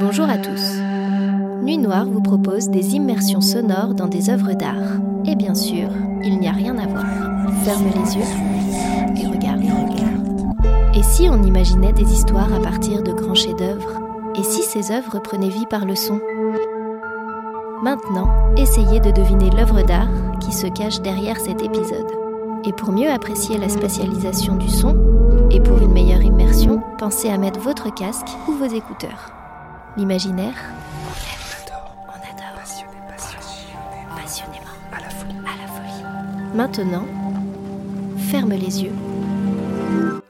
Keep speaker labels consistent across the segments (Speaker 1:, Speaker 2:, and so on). Speaker 1: Bonjour à tous. Nuit Noire vous propose des immersions sonores dans des œuvres d'art. Et bien sûr, il n'y a rien à voir. Ferme les yeux et regarde, regarde. Et si on imaginait des histoires à partir de grands chefs-d'œuvre Et si ces œuvres prenaient vie par le son Maintenant, essayez de deviner l'œuvre d'art qui se cache derrière cet épisode. Et pour mieux apprécier la spatialisation du son, et pour une meilleure immersion, pensez à mettre votre casque ou vos écouteurs. L'imaginaire,
Speaker 2: on adore,
Speaker 1: on adore,
Speaker 2: passionné, passionné,
Speaker 1: passionnément,
Speaker 2: à la folie.
Speaker 1: à la folie. Maintenant, ferme les yeux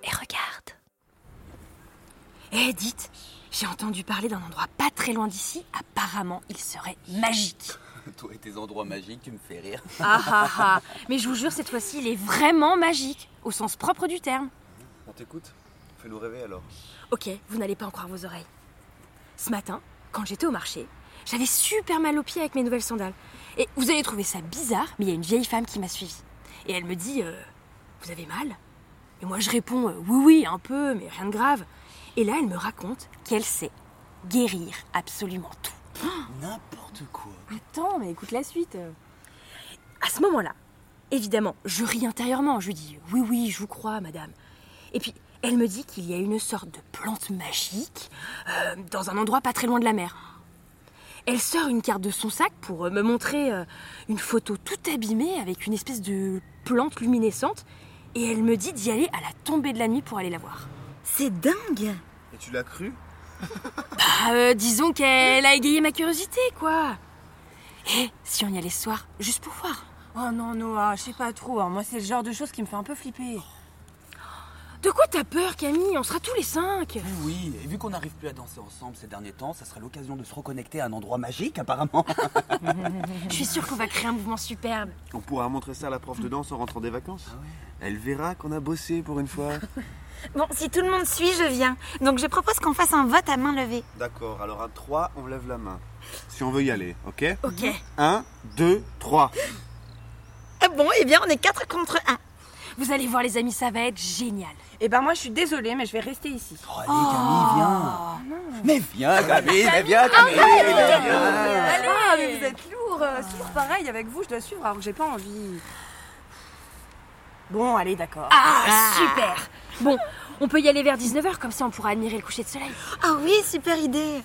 Speaker 1: et regarde.
Speaker 3: Eh, dites, j'ai entendu parler d'un endroit pas très loin d'ici. Apparemment, il serait magique.
Speaker 4: Toi et tes endroits magiques, tu me fais rire.
Speaker 3: Ah ah ah Mais je vous jure, cette fois-ci, il est vraiment magique, au sens propre du terme.
Speaker 4: On t'écoute Fais-nous rêver alors.
Speaker 3: Ok, vous n'allez pas en croire vos oreilles. Ce matin, quand j'étais au marché, j'avais super mal aux pieds avec mes nouvelles sandales. Et vous allez trouver ça bizarre, mais il y a une vieille femme qui m'a suivie. Et elle me dit euh, Vous avez mal Et moi, je réponds euh, Oui, oui, un peu, mais rien de grave. Et là, elle me raconte qu'elle sait guérir absolument tout.
Speaker 4: N'importe quoi.
Speaker 3: Attends, mais écoute la suite. À ce moment-là, évidemment, je ris intérieurement. Je lui dis Oui, oui, je vous crois, madame. Et puis, elle me dit qu'il y a une sorte de plante magique euh, dans un endroit pas très loin de la mer. Elle sort une carte de son sac pour euh, me montrer euh, une photo tout abîmée avec une espèce de plante luminescente et elle me dit d'y aller à la tombée de la nuit pour aller la voir.
Speaker 5: C'est dingue
Speaker 4: Et tu l'as cru
Speaker 3: Bah, euh, disons qu'elle a égayé ma curiosité, quoi. Eh, si on y allait ce soir, juste pour voir.
Speaker 6: Oh non, Noah, je sais pas trop. hein. Moi, c'est le genre de choses qui me fait un peu flipper.
Speaker 3: De quoi t'as peur, Camille On sera tous les cinq.
Speaker 4: Mais oui, et vu qu'on n'arrive plus à danser ensemble ces derniers temps, ça sera l'occasion de se reconnecter à un endroit magique apparemment.
Speaker 3: Je suis sûre qu'on va créer un mouvement superbe.
Speaker 7: On pourra montrer ça à la prof de danse en rentrant des vacances. Elle verra qu'on a bossé pour une fois.
Speaker 5: Bon, si tout le monde suit, je viens. Donc je propose qu'on fasse un vote à main levée.
Speaker 7: D'accord, alors à 3, on lève la main. Si on veut y aller, ok
Speaker 3: Ok.
Speaker 6: Mhm.
Speaker 7: 1, 2, 3.
Speaker 5: Ah bon, eh bien on est 4 contre 1.
Speaker 3: Vous allez voir, les amis, ça va être génial.
Speaker 6: Eh ben, moi, je suis désolée, mais je vais rester ici.
Speaker 4: Oh, allez, Camille, viens. Mais viens, Camille, mais viens, Camille, mais viens.
Speaker 6: Ah, mais vous êtes lourd. C'est toujours pareil avec vous, je dois suivre alors que j'ai pas envie. Bon, allez, d'accord.
Speaker 3: Ah, super Bon, on peut y aller vers 19h, comme ça on pourra admirer le coucher de soleil.
Speaker 5: Ah oui, super idée.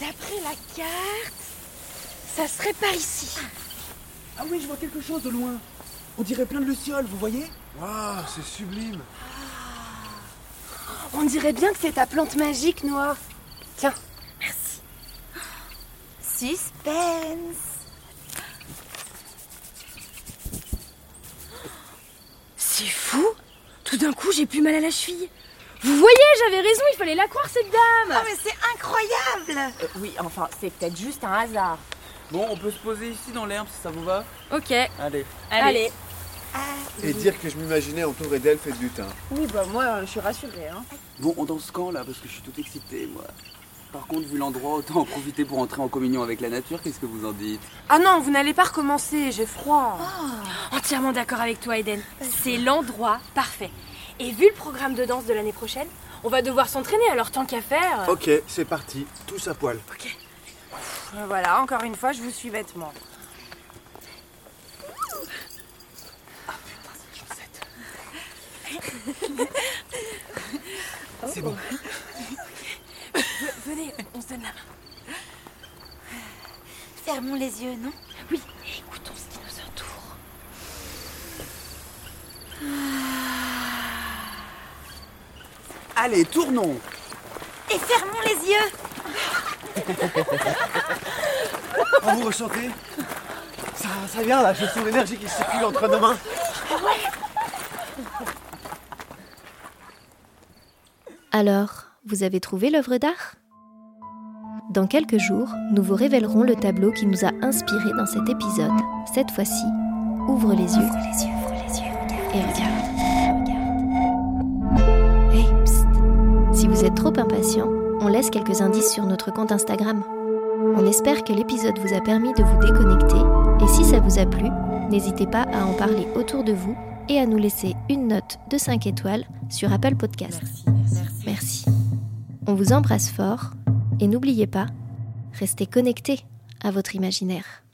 Speaker 3: D'après la carte, ça serait par ici.
Speaker 4: Ah oui, je vois quelque chose de loin. On dirait plein de lucioles, vous voyez
Speaker 7: Waouh, Ah, c'est sublime.
Speaker 3: On dirait bien que c'est ta plante magique, Noah. Tiens.
Speaker 5: Suspense.
Speaker 3: C'est fou Tout d'un coup, j'ai plus mal à la cheville. Vous voyez, j'avais raison, il fallait la croire, cette dame
Speaker 5: Oh mais c'est incroyable
Speaker 6: Ah, Oui, enfin, c'est peut-être juste un hasard.
Speaker 4: Bon, on peut se poser ici dans l'herbe si ça vous va.
Speaker 3: Ok,
Speaker 4: Allez.
Speaker 3: allez.
Speaker 5: Euh,
Speaker 7: Et dire que je m'imaginais entouré d'elfes et de lutins.
Speaker 6: Oui, bah, moi, je suis rassurée. Hein.
Speaker 4: Bon, on danse quand là Parce que je suis tout excité, moi. Par contre, vu l'endroit, autant en profiter pour entrer en communion avec la nature. Qu'est-ce que vous en dites
Speaker 6: Ah non, vous n'allez pas recommencer, j'ai froid.
Speaker 3: Ah. Entièrement d'accord avec toi, Eden. C'est l'endroit parfait. Et vu le programme de danse de l'année prochaine, on va devoir s'entraîner, alors tant qu'à faire...
Speaker 7: Ok, c'est parti, tous à poil.
Speaker 6: Euh, Voilà, encore une fois, je vous suis bêtement. Ah,
Speaker 4: C'est bon.
Speaker 3: Venez, on se donne la main.
Speaker 5: Fermons les yeux, non
Speaker 3: Oui, et écoutons ce qui nous entoure.
Speaker 4: Allez, tournons
Speaker 5: Et fermons les yeux
Speaker 7: Quand vous ressentez ça, ça vient là, je sens l'énergie qui circule entre nos mains.
Speaker 1: Alors, vous avez trouvé l'œuvre d'art Dans quelques jours, nous vous révélerons le tableau qui nous a inspiré dans cet épisode. Cette fois-ci, ouvre les yeux, et regarde. Hey, psst. Si vous êtes trop impatient, on laisse quelques indices sur notre compte Instagram. On On espère que l'épisode vous a permis de vous déconnecter et si ça vous a plu, n'hésitez pas à en parler autour de vous et à nous laisser une note de 5 étoiles sur Apple Podcast. Merci. On vous embrasse fort et n'oubliez pas, restez connectés à votre imaginaire.